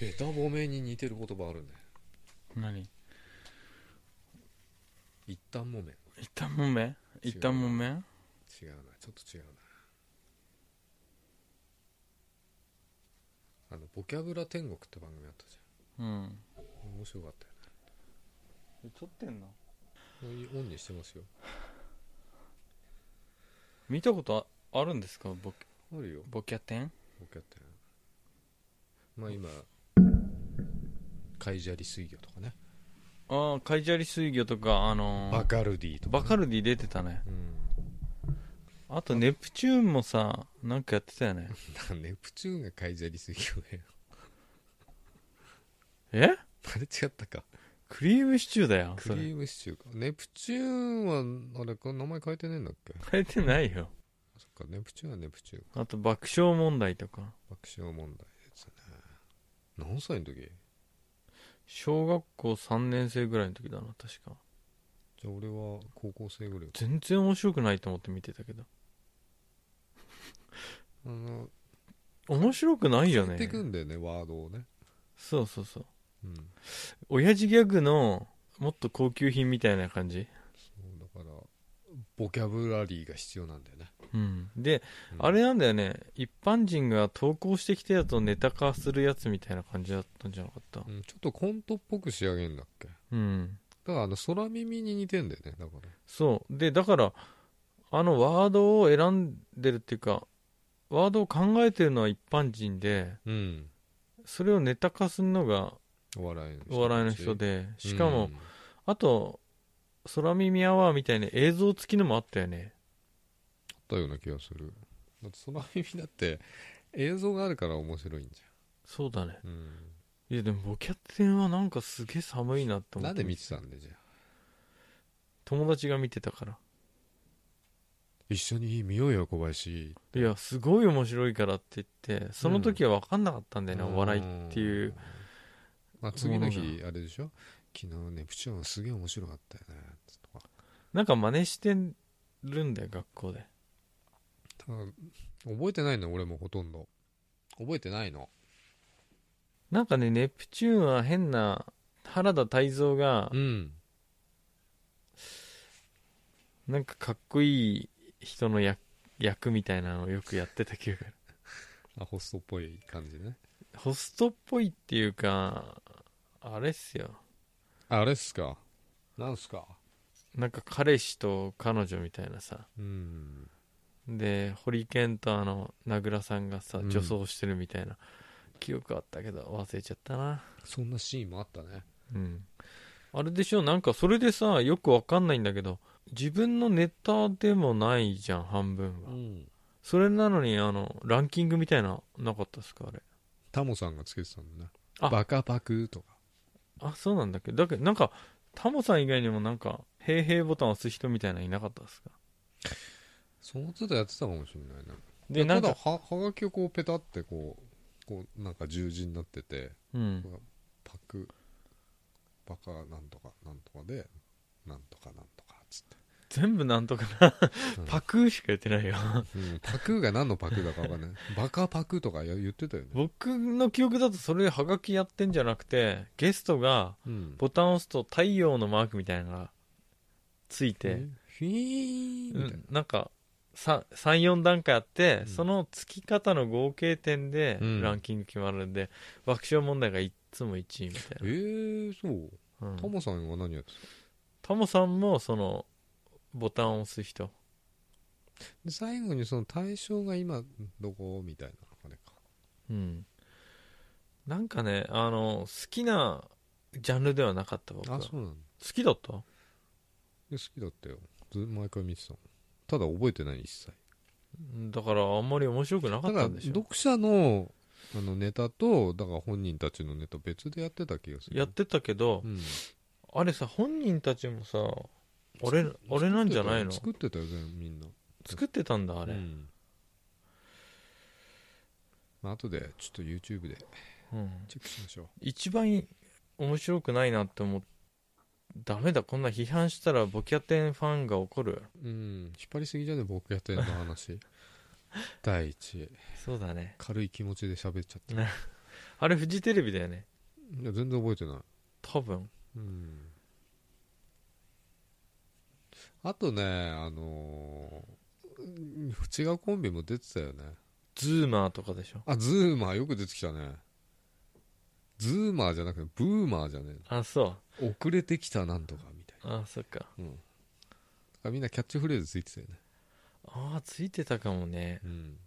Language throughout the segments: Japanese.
べた褒めに似てる言葉あるね何一旦もめ一旦もめ一旦もめ違うなちょっと違うなあの「ボキャブラ天国」って番組あったじうんゃん面白かったよ撮ってんのねオンにしてますよ見たことああるんですかボキあるよボキャテンボキャってまあ今カイジャリ水魚とかねああカイジャリ水魚とかあのーバカルディとか、バカルディ出てたねうんあとネプチューンもさなんかやってたよねだからネプチューンがカイジャリ水魚だよえあれ違ったかクリームシチューだよクそれリームシチューかネプチューンはあれか名前変えてねえんだっけ変えてないよそっかネプチューンはネプチューンあと爆笑問題とか爆笑問題ですね何歳の時じ小学校3年生ぐらいの時だな確ゃかあ俺は高校生ぐらい全然面白くないと思って見てたけどあの面白くないよ言ってねくんだよねワードをねそうそうそううんそ親父ギャグのもっと高級品みたいな感じうだからボキャブラリーが必要なんだよね、うんで、うんあれなんだよね一般人が投稿してきたやつをネタ化するやつみたいな感じだったんじゃなかったうん、ちょっとコントっぽく仕上げんだっけだうんからあの空耳に似てんだよねだからそうでだからあのワードを選んでるっていうかワードを考えてるのは一般人でうんそれをネタ化するのがお笑いの人たちお笑いの人でしかも、うんあと空耳アワーみたいな映像付きのもあったよねあったような気がするだって空耳だって映像があるから面白いんじそうだねゃん、うんいやでもボキャテンはなんかすげえ寒いなって思なっんてで見てたんでじゃあ友達が見てたから一緒に見ようよ小林いやすごい面白いからって言ってその時は分かんなかったんだよね、お笑いっていうまあ、次の日あれでしょ昨日ネプチューンすげえ面白かったよねとかなんか真似してるんだよ学校でただ覚えてないの俺もほとんど覚えてないのなんかねネプチューンは変な原田泰造がうんなんかかっこいい人の役役みたいなのをよくやってた気があホストっぽい感じねホストっぽいっていうかあれっすよああれっすかなんすかなんか彼氏と彼女みたいなさうんで堀健とあの名倉さんがさうん女装してるみたいな、記憶あったけど忘れちゃったなそんなシーンもあったねうんあれでしょなんかそれでさよくわかんないんだけど自分のネタでもないじゃん半分は、んそれなのにあのランキングみたいななかったっすかあれタモさんがつけてたんだねあバカパクとかあそうなんだけどだけどなんかタモさん以外にもなんか「平平ボタン押す人みたいなのいなかったっすかその都度やってたかもしれないなでなんただかははがきをこうペタってこうこうなんか十字になっててうんパクバカなんとかなんとかでなんとかなんとかっつって、全部なんとかなうんパクーしか言ってないようんパクが何のパクだかわかんない バカパクとか言ってたよね、僕の記憶だとそれハガキやってんじゃなくてゲストがうん、ボタンを押すと太陽のマークみたいなのがついて、ヒーうンみたいん、なんか34段階あって、うんそのつき方の合計点でうんランキング決まるんで、爆笑問題がいつも1位みたな、いえー、そうな、うんタモさんは何やってたタモさんもそのボタンを押す人で最後にその対象が今どこみたいなあれかうんなんかねあの好きなジャンルではなかった僕はあ好そうなんだきだったで好きだったよず毎回見てたもんただ覚えてない一切うんだからあんまり面白くなかだっからたんでしょ読者のあのネタとだから本人たちのネタ別でやってた気がするやってたけどう、んあれさ本人たちもさあれあれなんじゃないの作ってたよ全部みんな作ってたんだあれ、ううんんまあ後でちょっと YouTube でチェックしましょう一番面白くないなって思ってダメだこんな批判したらボキャテンファンが怒るうん引っ張りすぎじゃね僕やってんの 話第一そうだね軽い気持ちで喋っちゃったねあれフジテレビだよねいや全然覚えてない多分うんあとねあのー、違うコンビも出てたよねズーマーとかでしょあズーマーよく出てきたねズーマーじゃなくてブーマーじゃねあそうえ遅れてきたなんとかみたいあそっかなうんだからみんなキャッチフレーズついてたよねああついてたかもねうん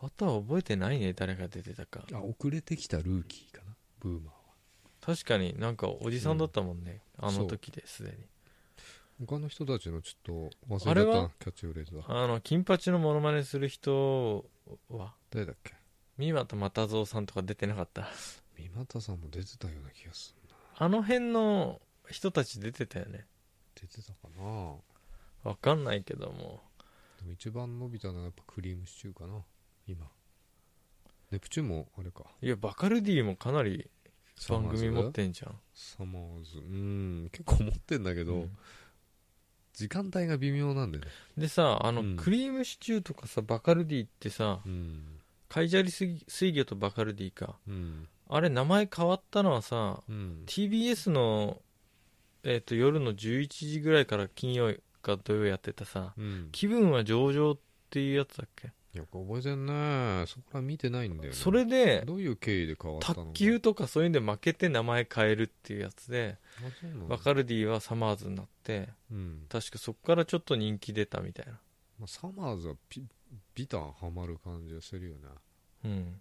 あとは覚えてないね誰が出てたかあ遅れてきたルーキーかなブーマーは確かになんかおじさんだったもんね、んあの時ですでに他の人たちのちょっとあ忘れれちゃっはたキャッチフレーズはあの金八のモノマネする人は誰だっけ三又又蔵さんとか出てなかった三股さんも出てたような気がするあの辺の人たち出てたよね出てたかなわかんないけどもでも一番伸びたのはやっぱクリームシチューかな今ネプチューンもあれかいやバカルディもかなり番組持っるてんじゃんサマーズうん結構持ってんだけど、うん時間帯が微妙なんでねでさあの、うんクリームシチューとかさバカルディってさうんカイジャリ水水魚とバカルディかうんあれ名前変わったのはさうん TBS の、えー、と夜の11時ぐらいから金曜か土曜やってたさうん「気分は上々」っていうやつだっけ、よく覚えてんねそこら見てないんだよ、ね、それでどういう経緯で変わったの卓球とかそういうんで負けて名前変えるっていうやつで、あそうなんだバカルディはサマーズになってうん確かそこからちょっと人気出たみたいなまあ、サマーズはピビタンハマる感じがするよなうん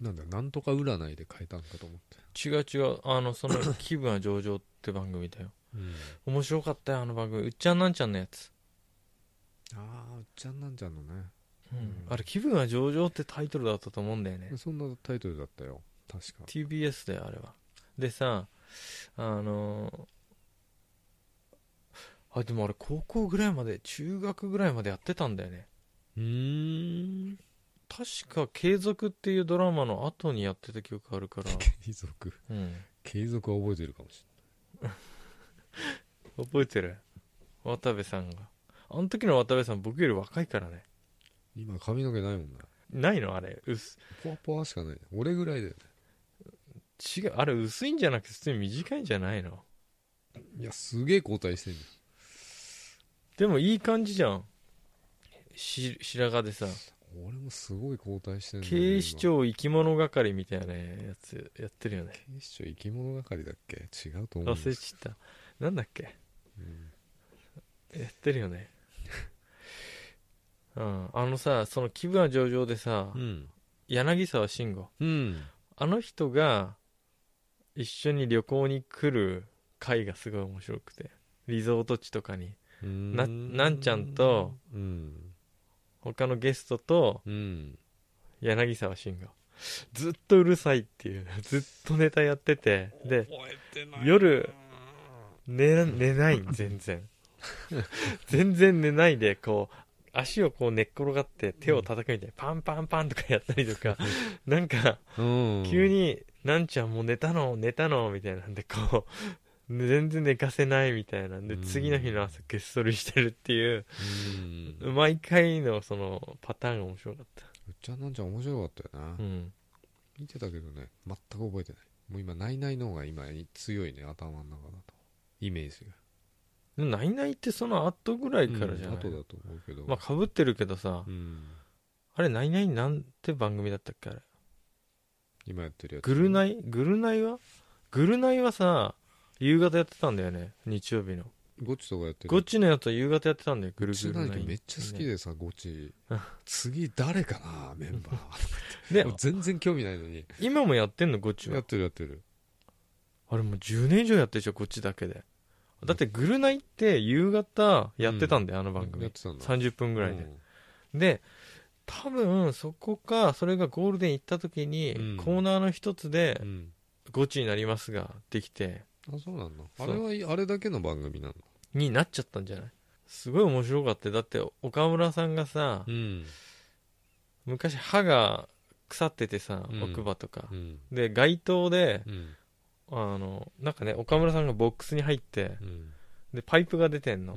なんだよなんとか占いで変えたんかと思って、違う違うあの その「気分は上々」って番組だよ面白かったよあの番組うっちゃんなんちゃんのやつ、ああうっちゃんなんちゃんのねうんうんあれ「気分は上々」ってタイトルだったと思うんだよねそんなタイトルだったよ確か TBS だよあれはでさあのーあでもあれ高校ぐらいまで中学ぐらいまでやってたんだよねうん確か「継続」っていうドラマの後にやってた記憶ある から、継続うん、継続は覚えてるかもし覚えてる渡部さんがあの時の渡部さん僕より若いからねれない今髪の毛ないもんねないのあれ薄ポワポワしかない俺ぐらいだよね違うあれ薄いんじゃなくて普通に短いんじゃないのいやすげえ交代してんじでもいい感じじゃんし白髪でさゃん俺もすごい交代してんだよね警視庁生き物係みたいなやつやってるよね今警視庁生き物係だっけ違うと思うん忘だれちったなんだっけうんやってる よねうんあのさその気分は上々でさ、うん、柳沢慎吾うん、あの人が一緒に旅行に来る回がすごい面白くてリゾート地とかにななんちゃんとうん他のゲストとうん柳沢慎吾ずっとうるさいっていうずっとネタやっててで覚えてない夜寝な寝ない全然 全然寝ないでこう足をこう寝っ転がって手を叩くみたいにパンパンパンとかやったりとかなんかうん急に「なんちゃんもう寝たの寝たの」みたいなんでこう 全然寝かせないみたいなんでうん次の日の朝げっそりしてるっていううんう毎回のそのパターンが面白かっっちゃんなんちゃん面白かったよなたうん見てたけどね全く覚えてないもう今ナイナイの方が今強いね頭の中だとイメージがでもないないってその後ぐらいからじゃうんない、後だと思うけどまあかぶってるけどさ、うんあれないないなんて番組だったっけあれ今やってるやつぐるないぐるないはぐるないはさ夕方やってたんだよね日曜日のゴチとかやってるゴチのやつは夕方やってたんだよぐうるちぐなるんなかいめっちゃ好きでさゴチ次誰かなメンバ でーもう全然興味ないのに今 もやってんのゴチやはってるやってるあれもう10年以上やってるでしょこっちだけでだってぐるナイって夕方やってたんだよ、あの番やっ組てたんだ30分ぐらいで、うんで多分そこかそれがゴールデン行った時に、うんコーナーの一つでうん「ゴチになりますが」できてあそうなんだそあうれはあれだけの番組なんだになっちゃったんじゃないすごい面白かったよだって岡村さんがさうん昔歯が腐っててさうん奥歯とかう、んで街頭でうんあのなんかね岡村さんがボックスに入ってうんでパイプが出てんの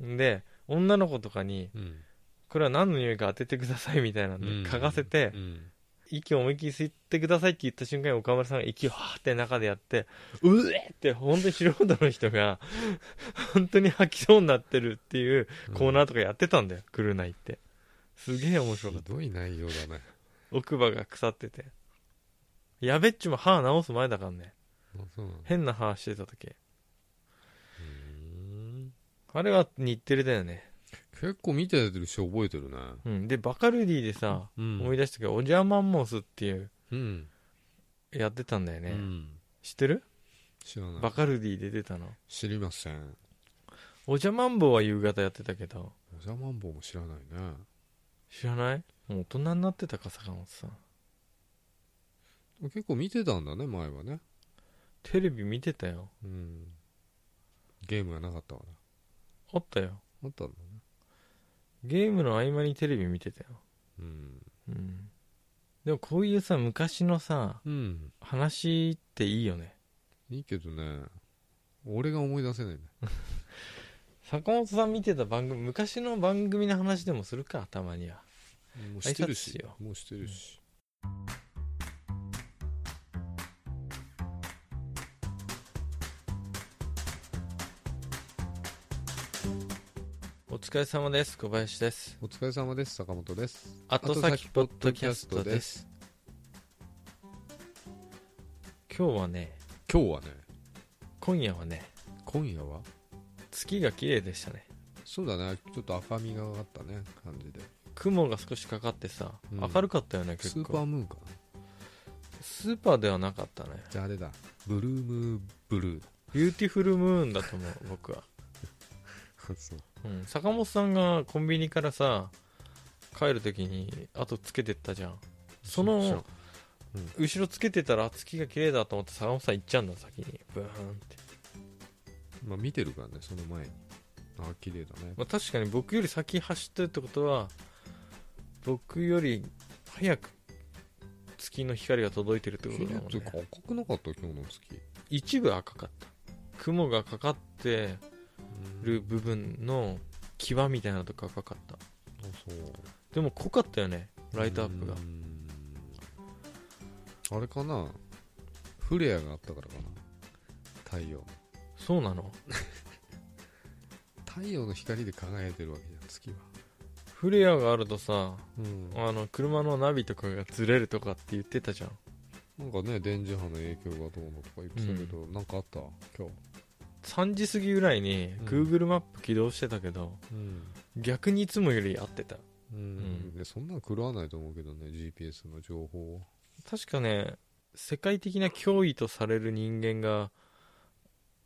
う、んで女の子とかにうんこれは何の匂いか当ててくださいみたいなんでうん嗅がせてうん息を思いっきり吸ってくださいって言った瞬間に岡村さんが息をはーって中でやって、うえって本当に素人の人が、本当に吐きそうになってるっていうコーナーとかやってたんだよ、クルナイって。すげえ面白かっひた。どい内容だね奥歯が腐ってて。やべっちも歯治す前だからね。あそうなんだ変な歯してた時。うーんあれは日テレだよね。結構見てるし覚えてるねうん。で、バカルディでさ、うん思い出したけど、おじゃまんモスっていう、うん、やってたんだようね。ん、知ってる知らなバいカルディで出たの。知りませんおじゃまんぼうは夕方やってたけど、おじゃまんぼうも知らないね知らないもう大人になってたか、坂本さん。結構見てたんだね前はねテレビ見てたよ。うんゲームがなかったわねあったよ。あったんだねゲームの合間にテレビ見てたよ。うんうん。でもこういうさ、昔のさ、うん話っていいよね。いいけどね俺が思い出せないね坂本さん見てた番組、昔の番組の話でもするか、たまには。もうしてる挨拶ししよもうしてるし、お疲れ様です。小林です。お疲れ様です坂本です後先ポッドキャストです今日はね今日はね今夜はね今夜は月が綺麗でしたねそうだねちょっと赤みがかったね感じで雲が少しかかってさ、うん明るかったよね結ス構ーパームーンかなスーパーではなかったねじゃああれだブルームーブルービューティフルムーンだと思う僕は、 そううん、坂本さんがコンビニからさ帰る時に後つけてったじゃんそ知らのんうん後ろつけてたら月が綺麗だと思って坂本さん行っちゃうんだ先にブーンって、まあ見てるからねその前にあ綺麗だねまあ、確かに僕より先走ってるってことは僕より早く月の光が届いてるってこと綺麗っだもんていうねか赤くなかった今日の月一部赤かった雲がかかってる部分の際みたいなとこ赤かったあそうでも濃かったよねライトアップがうんあれかなフレアがあったからかな太陽のそうなの太陽の光で輝いてるわけじゃん月はフレアがあるとさうんあの車のナビとかがずれるとかって言ってたじゃんなんかね電磁波の影響がどうのとか言ってたけど、なんかあった今日3時過ぎぐらいにうん Google マップ起動してたけど、うん、逆にいつもより合ってたうんでそんなん狂わないと思うけどね GPS の情報を確かね世界的な脅威とされる人間が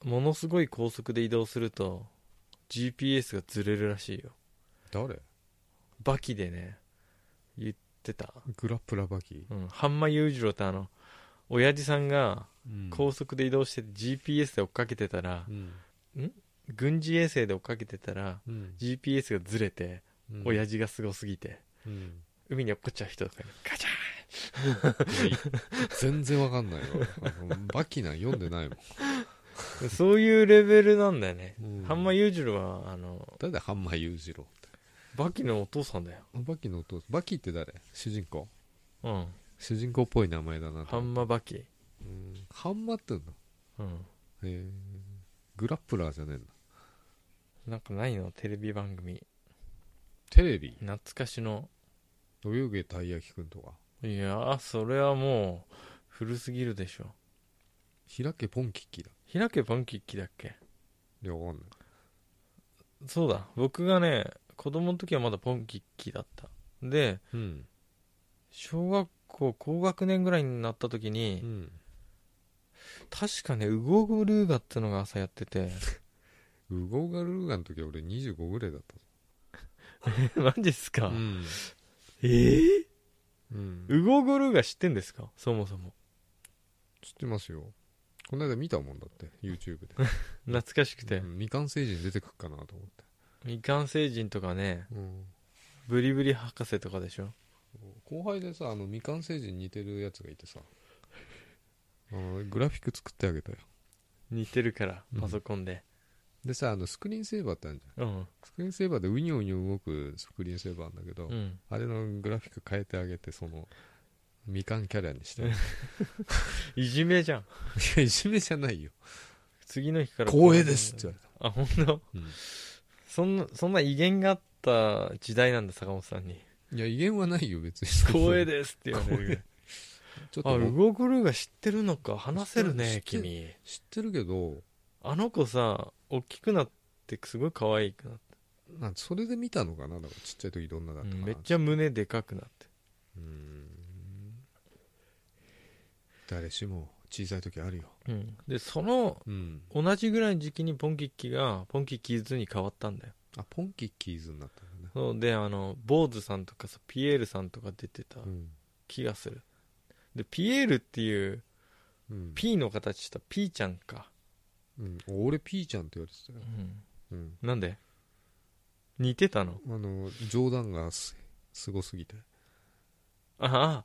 ものすごい高速で移動すると GPS がずれるらしいよ誰バキでね言ってた、グラップラバキ、うん、半間裕次郎ってあの親父さんがうん高速で移動してて GPS で追っかけてたらうん軍事衛星で追っかけてたら GPS がずれてうん親父がすごすぎて うん海に落っこっちゃう人とかにガチャーン全然わかんないわあのバキなん読んでないもそういうレベルなんだよね、ん、うん、半間裕次郎はあの誰だハンマ裕次郎ってバキのお父さんだよあバキのお父さんバキって誰主人公うん主人公っぽい名前だなとハンマバキ。うんハンマってんだうん。へえグラップラーじゃねえんだなんかないのテレビ番組。テレビ懐かしの。泳げたい焼きくんとかいやー、それはもう、古すぎるでしょ。開けポンキッキだ開けパンキッキだっけいやわかんないそうだ。僕がね、子供の時はまだポンキッキだった。で、うん小学校高学年ぐらいになった時に、うん確かね、ウゴグルーガってのが朝やってて、ウゴガルーガの時は俺25ぐらいだったぞ マジっすか、うん、えー、うん、ウゴグルーガ知ってんですかそもそも。知ってますよこの間見たもんだって YouTube で、懐かしくてう。ん未完成人出てくっかなと思って、未完成人とかね、うん、ブリブリ博士とかでしょ後輩でさあの未完成人似てるやつがいてさあのグラフィック作ってあげたよ似てるからうんパソコンででさあのスクリーンセーバーってあるじゃんうんスクリーンセーバーでウニョウニョ動くスクリーンセーバーなんだけど、うんあれのグラフィック変えてあげてそのみかんキャラにしていいじめじゃん。やいじめじゃないよ次の日か ら。光栄ですって言われあ、ほんとた、うんそんな、そんな威厳があった時代なんだ、坂本さんに。いや威厳はないよ 別に光栄ですって言われるぐらい。ちょっあ、とウもうゴグルーが知ってるのか、話せるね、知ってる君。知ってるけどあの子さ、大きくなって、すごい可愛くなっなんそれで見たのかなだからちっちゃい時どんなだた。ったかな、めっちゃ胸でかくなって。うん誰しも小さい時あるよで、その、うん同じぐらいの時期にポンキッキが、ポンキッキーズに変わったんだよ。あポンキッキーズになったんだねそうで、あの、坊主さんとかさ、ピエールさんとか出てたうん、気がする。で、ピエールっていう、うん、 P の形した P ちゃんか。うん、俺ピーちゃんって言われてたよ、うん、なんで似てたのあの冗談がすすごすぎて、ああ、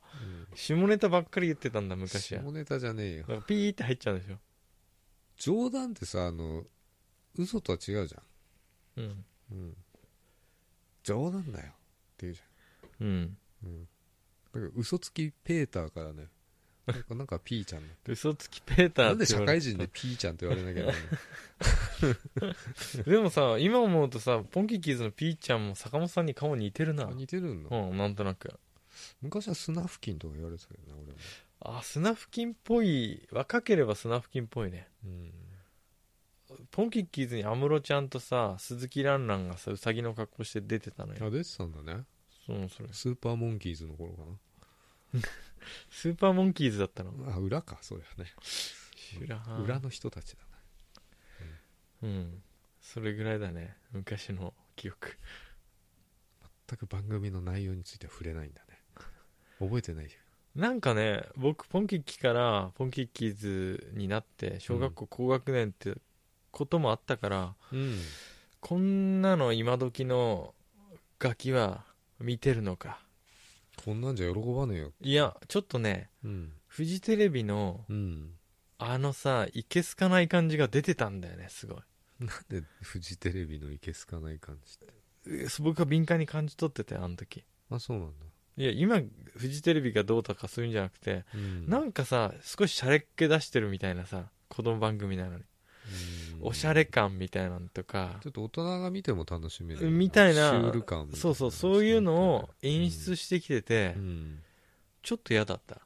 うん、下ネタばっかり言ってたんだ、昔は。下ネタじゃねえよだからピーって入っちゃうんでしょ。冗談ってさあの嘘とは違うじゃうん。ん、うん、冗談だよっていうじうん。ゃん、うん、だから嘘つきペーターからねなんかなんかピーちゃん の嘘つきペーターなっんてで言社わ会れてた人でピーちゃんって言われなきゃいけないの でもさ、今思うとさ、ポンキッキーズのピーちゃんも坂本さんに顔似てるなあ。似てるの、うん、なんとなく。昔は砂付近とか言われてたけどな俺も、あ、スナフキンっぽい、若ければスナフキンっぽいね。うん、ポンキッキーズに安室ちゃんとさ、鈴木蘭蘭がさ、ウサギの格好して出てたのよ。あ出てたんだねうん、それ。スーパーモンキーズの頃かスーパーモンキーズだったの。なあ裏かそりゃね知らん裏の人たちだなうん。それぐらいだね。昔の記憶。全く番組の内容については触れないんだね覚えてない よなんかね、僕、ポンキッキからポンキッキーズになって、小学校高学年ってこともあったから、うんこんなの今時のガキは見てるのか。こんなんじゃ喜ばねえよいや、ちょっとね、うんフジテレビのうんあのさ、いけすかない感じが出てたんだよね、すごい。なんでフジテレビのいけすかない感じってえ僕は敏感に感じ取ってて、あの時。あそうなんだ、いや、今、フジテレビがどうとかそういうんじゃなくて、うんなんかさ、少しシャレっ気出してるみたいなさ、子供番組なのうに。んおしゃれ感みたいなのとかち、ょっと大人が見ても楽しめるみたいなシュール感みたいなそうそう、そういうのを演出してきててう、んちょっと嫌だった。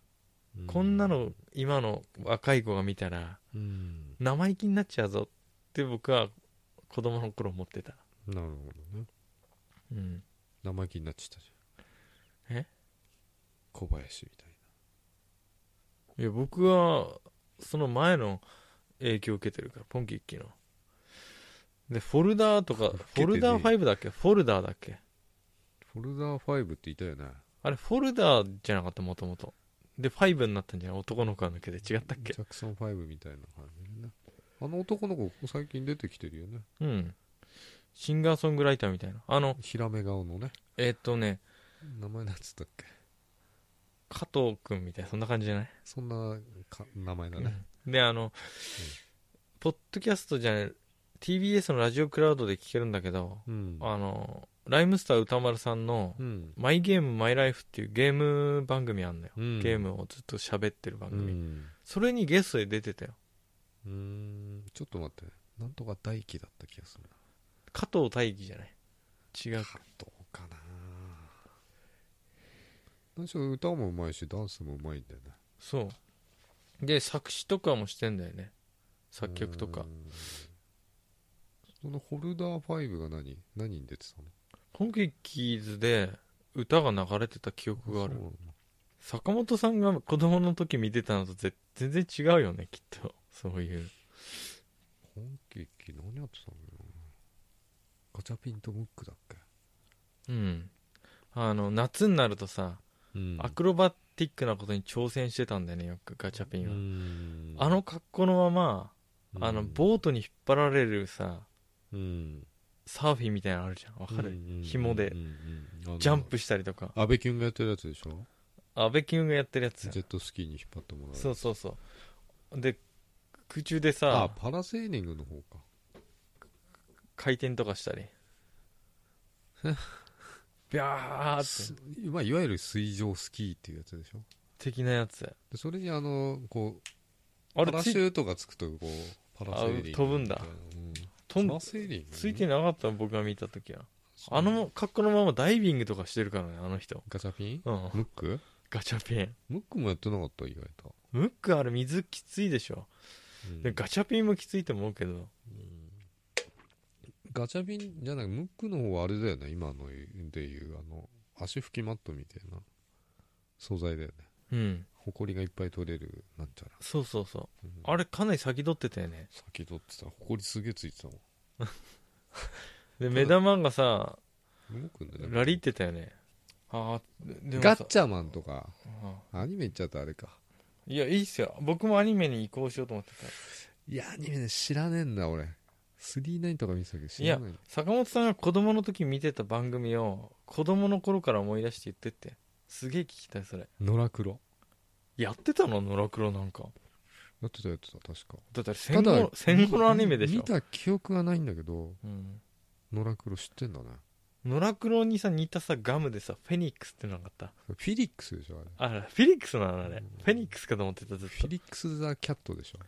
うこんなの、今の若い子が見たら、うん生意気になっちゃうぞって僕は子供の頃思ってた、なるほどねうん、生意気になっちゃったじゃんえ小林みたいいや僕はその前の影響を受けてるからポンキッキーのでフォルダーとか受けてフねォルダー5だっけフォルダーだっけなフォルダー5っていたよねあれフォルダーじゃなかったもともとで5になったんじゃない男の子が抜けて違ったっジけャクソン5みたいな感じでねあの男の子最近出てきてるよねうんシンガーソングライターみたいなあのヒラメ顔のねえーっ、とね名前なんつったっけ加藤君みたいなそんな感じじゃないそんなか名前だね、であの、ポッドキャストじゃない TBS のラジオクラウドで聞けるんだけど、うんあのライムスター歌丸さんのうん「マイゲームマイライフ」っていうゲーム番組あんのよ、うんゲームをずっと喋ってる番う組、んそれにゲストで出てたようーんちょっと待ってなんとか大輝だった気がする加藤大義じゃない違なうどうかな何しろ歌もうまいしダンスもうまいんだよねそうで作詞とかもしてんだよね作曲とうかーんそのホルダー5が何何に出てたのポンキッキーズで歌が流れてた記憶があるそうなの坂本さんが子供の時見てたのとぜ全然違うよねきっとそういう本気気何やってたのよなガチャピンとムックだっけ、うんあの夏になるとさ、うんアクロバティックなことに挑戦してたんだよねよくガチャピンは、ンあの格好のまま、あのボートに引っ張られるさうんサーフィンみたいなのあるじゃんわかる、うん紐でうんうんうんジャンプしたりとか安倍キュンがやってるやつでしょ阿部キュンがやってるやつジェットスキーに引っ張ってもらうそうそうそうで空中であさパラセーリングの方か回転とかし たりビャーってすまあいわゆる水上スキーっていうやつでしょ的なやつでそれにあのこうあパれラつシいュートがつくとこうパラセーリンあ飛ぶんだう飛ん、んパラセーリングねついてなかった僕が見た時はそうあの格好のままダイビングとかしてるからねあの人ガチャピンうんムックガチャピンムックもやってなかった意外と、ムックあれ水きついでしょうんでガチャピンもきついと思うけどガチャピンじゃないムックの方はあれだよね今のでいうあの足拭きマットみたいな素材だよねうんほこりがいっぱい取れるなんちゃら、そうそうそううんあれかなり先取ってたよね先取ってたほこりすげえついてたもんでだ目玉がさ動くんだよねラリってたよねああでガッさチャマンとかうんアニメ行っちゃったあれかいやいいっすよ僕もアニメに移行しようと思ってたいやアニメね知らねえんだ俺39とか見てたけど知らない坂本さんが子供の時見てた番組を子供の頃から思い出して言ってってすげえ聞きたいそれ野良黒やってたの野良黒なんかやってたやってた確かだって戦ただ後戦後のアニメでし見ょ、た記憶がないんだけどうん、野良黒知ってんだね野良黒にさ似たさガムでさフェニックスってのがあったフィリックスでしょあれあらフェニックスなのあれ、うんフェニックスかと思ってたずっフとィリックス・ザ・キャットでしょ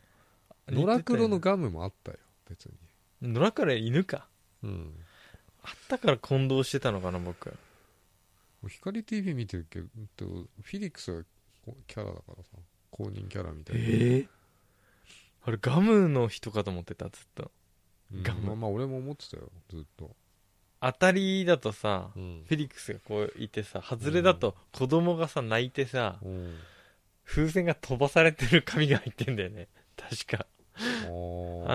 似てたよ野良黒のガムもあったよ別に野良黒は犬かうんあったから混同してたのかな僕光 TV 見てるけどフィリックスがこうキャラだからさ公認キャラみたいな、ええあれガムの人かと思ってたずっとうんガムまあまあ俺も思ってたよずっと、当たりだとさ、うんフェリックスがこういてさ外れだと子供がさ泣いてさ、うん風船が飛ばされてる紙が入ってんだよね確かあ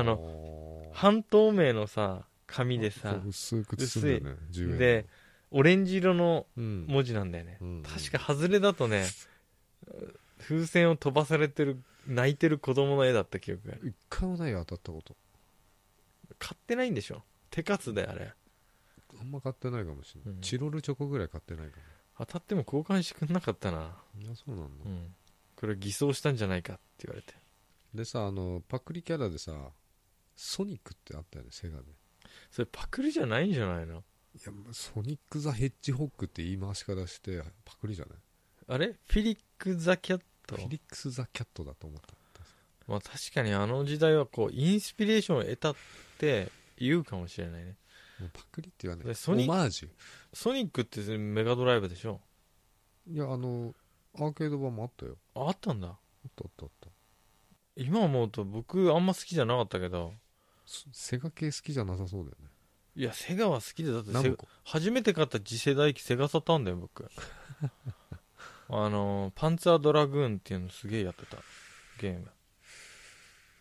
の半透明のさ紙でさ薄く包んだよね10円でオレンジ色のうん文字なんだよね、うん確か外れだとね風船を飛ばされてる泣いてる子供の絵だった記憶がある一回もないよ当たったこと買ってないんでしょ手数だよあれあんま買ってないかもしれない、うんチロルチョコぐらい買ってないか当たっても交換してくんなかったなもいやそうなんだ、うんこれ偽装したんじゃないかって言われてでさあのパクリキャラでさソニックってあったよねセガでそれパクリじゃないんじゃないのいやソニック・ザ・ヘッジホックって言い回しからしてパクリじゃないあれフィリック・ザ・キャッフトィリックス・ザ・キャットだと思ったまあ確かにあの時代はこうインスピレーションを得たって言うかもしれないねもうパクリって言わないでソニックオマージソニックってメガドライブでしょュいやあのアーケード版もあったよああったんだあったあったあった今思うと僕あんま好きじゃなかったけどすセガ系好きじゃなさそうだよねいやセガは好きでだってナセムガコ初めて買った次世代機セガサターンだよ 僕あのパンツァードラグーンっていうのすげえやってたゲーム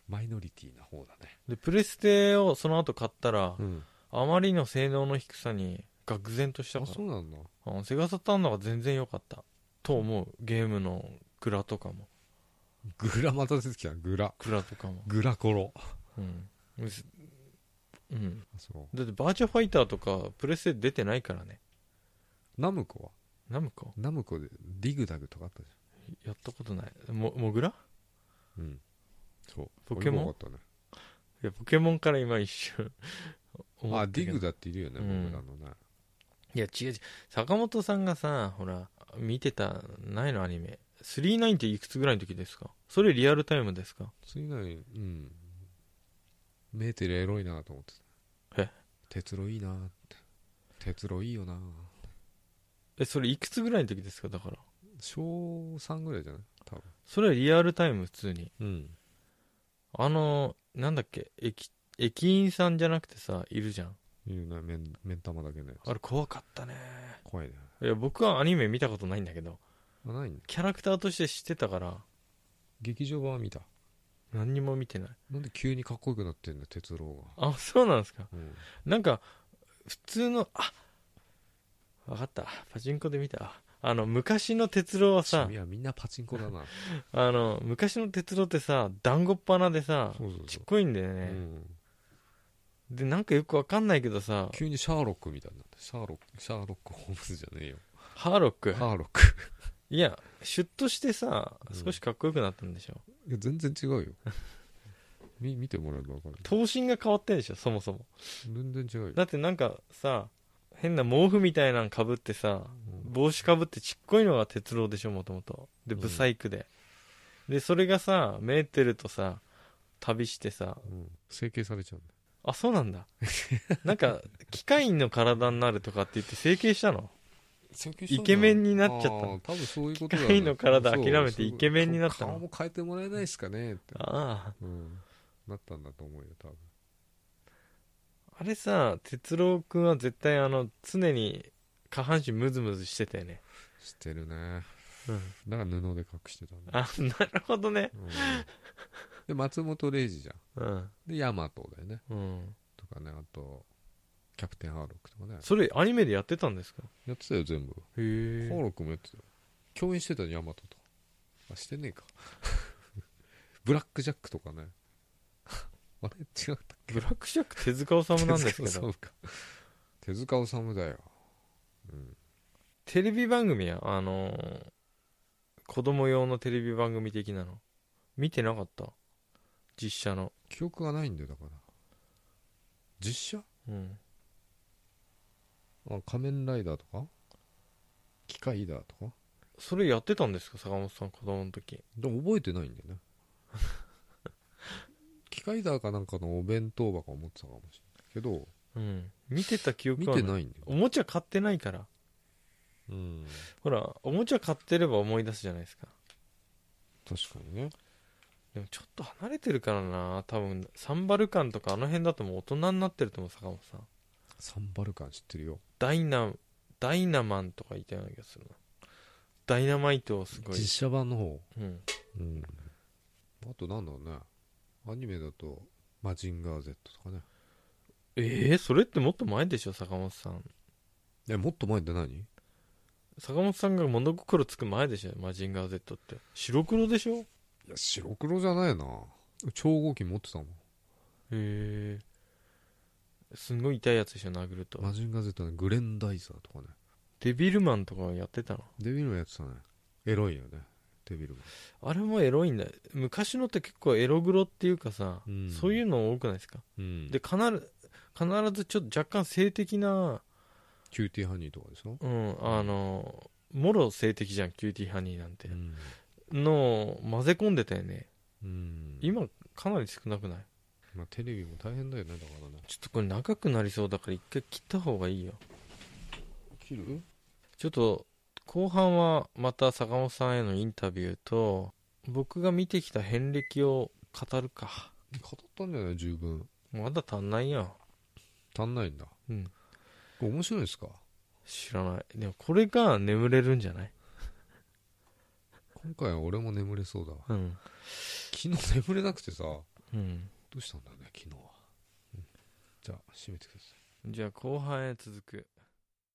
マイノリティな方だねでプレステをその後買ったら、うんあまりの性能の低さに愕然としたあかそうなんだらうんセガサターンの方が全然良かったと思うゲームのグラとかもグラまた出てきたグラグラとかもグラコロうん、むすうん、あそうだってバーチャファイターとかプレステ出てないからねナムコはナムコナムコでディグダグとかあったじやったことないもモグラゃんうんそうポケモン俺も分かっいやポケモンから今一瞬た ねあったデけィどグダっているよねうん僕らのねいや違う違う坂本さんがさほら見てたないのアニメ39っていくつぐらいの時ですかそれリアルタイムですか次のにうんメーテルエロいなと思ってたえ鉄路いいなって鉄路いいよなえそれいくつぐらいの時ですかだから小3ぐらいじゃない多分それはリアルタイム普通にうんあのなんだっけ駅駅員さんじゃなくてさいるじゃんいるねめん目ん玉だけねあれ怖かったね怖いねいや僕はアニメ見たことないんだけどあないねキャラクターとして知ってたから劇場版は見た何にも見てないなんで急にかっこよくなってんだ鉄郎があそうなんですかうんなんか普通のあ分かったパチンコで見たあの昔の鉄郎はさいやみんなパチンコだ なあの昔の鉄郎ってさ団子っ鼻でさそうそうちそっこいんだよう、うね、ん、でなんかよくわかんないけどさ急にシャーロックみたいになってシャーロックシャーロックホームズじゃねえよハーロックハーロックいやシュッとしてさうん少しかっこよくなったんでしょ、いや全然違う よみ見てもらえば分かる頭身が変わってんでしょそもそも全然違うよだってなんかさ変な毛布みたいなのかぶってさ帽子かぶってちっこいのが鉄郎でしょもともとでうんブサイクで、でそれがさメーテルとさ旅してさうん整形されちゃうんだあそうなんだなんか機械の体になるとかって言って整形したのイケメンになっちゃったあー多分そういうこと機械の体そう諦めてイケメンになったのそう顔も変えてもらえないですかねって、ああうん、なったんだと思うよ多分あれさ哲郎くんは絶対あの常に下半身ムズムズしてたよねしてるねうんだから布で隠してたんだ、あなるほどねうん、で松本零士じゃんうんでヤマトだよねうんとかねあとキャプテンハーロックとかねそれアニメでやってたんですかやってたよ全部へハーえロックもやってたよ共演してたよヤマトとあしてねえか ブラックジャックとかねあれ違ったっけブラックジャック手塚治虫なんですけ手塚ど治虫か手塚治虫だよ、うん、テレビ番組やあのー子供用のテレビ番組的なの見てなかった実写の記憶がないんだよだから実うん写あ仮面ライダーとか機械だとかそれやってたんですか坂本さん子供の時でも覚えてないんだ よね機械だかなんかのお弁当箱を持ってたかもしれないけどうん見てた記憶見はなていないんだよ、おもちゃ買ってないからうん、ほらおもちゃ買ってれば思い出すじゃないですか確かにねでもちょっと離れてるからな多分サンバルカンとかあの辺だともう大人になってると思う坂本さんサンバルカン知ってるよダイナダイナマンとか言いたような気がするなダイナマイトをすごい、実写版の方うん、うんあとなんだろうねアニメだと「マジンガー Z」とかねええそれってもっと前でしょ坂本さんえもっと前って何坂本さんが物心つく前でしょマジンガー Z って白黒でしょいや白黒じゃないな超合金持ってたもんへえすんごい痛いやつでしょ殴るとマジンガー Z ねグレンダイザーとかねデビルマンとかやってたのデビルマンやってたねエロいよねデビルマンあれもエロいんだよ昔のって結構エログロっていうかさ、うんそういうの多くないですか、うんで必ず必ずちょっと若干性的なキューティーハニーとかでしょうんあのもろ性的じゃんキューティーハニーなんて、うん、のを混ぜ込んでたよねうん、今かなり少なくないまあ、テレビも大変だよねだからねちょっとこれ長くなりそうだから一回切った方がいいよ切るちょっと後半はまた坂本さんへのインタビューと僕が見てきた遍歴を語るか語ったんじゃない十分まだ足んないやん足んないんだうんこれ面白いですか知らないでもこれが眠れるんじゃない今回は俺も眠れそうだわうん昨日眠れなくてさどうんうしたんだろうね昨日は、うんじゃあ閉めてくださいじゃあ後半へ続く